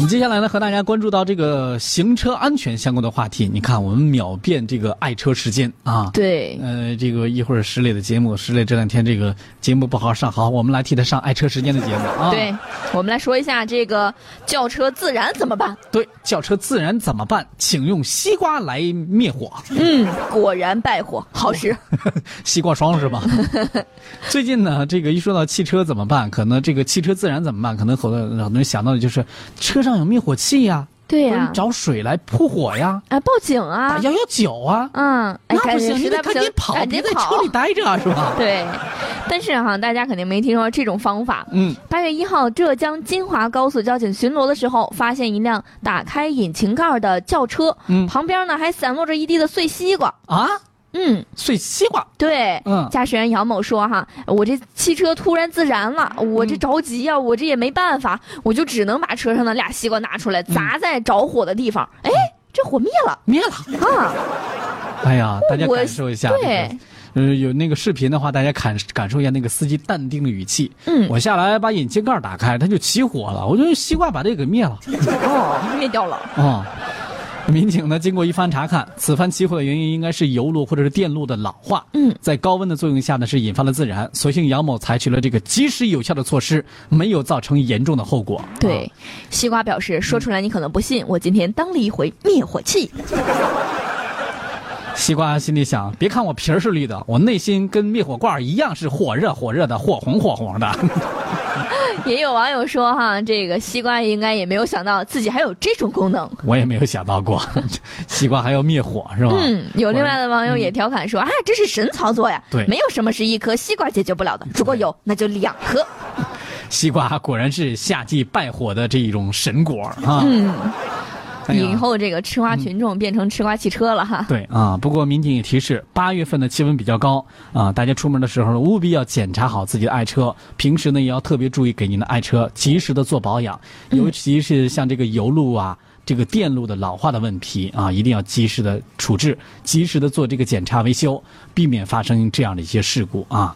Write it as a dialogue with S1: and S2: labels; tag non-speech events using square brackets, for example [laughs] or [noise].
S1: 我们接下来呢，和大家关注到这个行车安全相关的话题。你看，我们秒变这个爱车时间啊。
S2: 对，
S1: 呃，这个一会儿石磊的节目，石磊这两天这个节目不好好上，好，我们来替他上爱车时间的节目啊。
S2: 对，我们来说一下这个轿车自燃怎么办？
S1: 对，轿车自燃怎么办？请用西瓜来灭火。 [laughs]
S2: 嗯，果然败火，好使。
S1: 西瓜霜是
S2: [laughs]
S1: 吧？最近呢，这个一说到汽车怎么办，可能这个汽车自燃怎么办？可能很多很多人想到的就是车上有灭火器呀、
S2: 对
S1: 有
S2: 呀、
S1: 人找水来扑火呀，
S2: [laughs] 哎，报警啊
S1: 打！幺幺九啊。
S2: 嗯，哎，
S1: 那
S2: 赶
S1: 不
S2: 紧
S1: 行，你
S2: 实
S1: 得
S2: 在不
S1: 赶
S2: 行
S1: 紧跑，
S2: 赶
S1: 别
S2: 紧
S1: 在
S2: 跑
S1: 车里。待着啊，是吧？
S2: 对，但是哈，大家肯定没听说这种方法。
S1: 嗯，
S2: 八月一号，浙江金华高速交警巡逻的时候，发现一辆打开引擎盖的轿车，
S1: 嗯
S2: 旁边呢还散落着一地的碎西瓜。
S1: 啊，
S2: 嗯，
S1: 碎西瓜，
S2: 对，
S1: 嗯
S2: 驾驶员杨某说哈，我这汽车突然自燃了，我这着急呀、我这也没办法，我就只能把车上的俩西瓜拿出来砸在着火的地方，哎，这火灭了
S1: 灭了。
S2: 啊！
S1: 哎呀，大家
S2: 我
S1: 感受一下。
S2: 对，，
S1: 呃，有那个视频的话，大家感感受一下那个司机淡定的语气。
S2: 嗯
S1: 我下来把引擎盖打开，它就起火了，我就用西瓜把这个给灭了。
S2: 哦，灭掉了，
S1: 哦，民警呢经过一番查看，此番起火的原因应该是油路或者是电路的老化。
S2: 嗯
S1: 在高温的作用下呢，是引发了自燃。所幸杨某采取了这个及时有效的措施，没有造成严重的后果。
S2: 对，西瓜表示说出来你可能不信，我今天当了一回灭火器。
S1: 啊西瓜心里想：别看我皮儿是绿的，我内心跟灭火罐一样是火热火热的，火红火红的。 [laughs]
S2: 也有网友说哈，这个西瓜应该也没有想到自己还有这种功能。
S1: 我也没有想到过，西瓜还要灭火是吧？
S2: 嗯，有另外的网友也调侃说：“啊，这是神操作呀！
S1: 对
S2: 没有什么是一颗西瓜解决不了的，如果有，那就两颗。
S1: 西瓜果然是夏季败火的这一种神果啊！
S2: 嗯
S1: 哎呀
S2: 以后这个吃瓜群众变成吃瓜汽车了哈。
S1: 对啊，不过民警也提示，八月份的气温比较高啊，大家出门的时候呢，务必要检查好自己的爱车，平时呢也要特别注意给您的爱车及时的做保养，尤其是像这个油路啊。这个电路的老化的问题啊，一定要及时的处置，及时的做这个检查维修，避免发生这样的一些事故啊。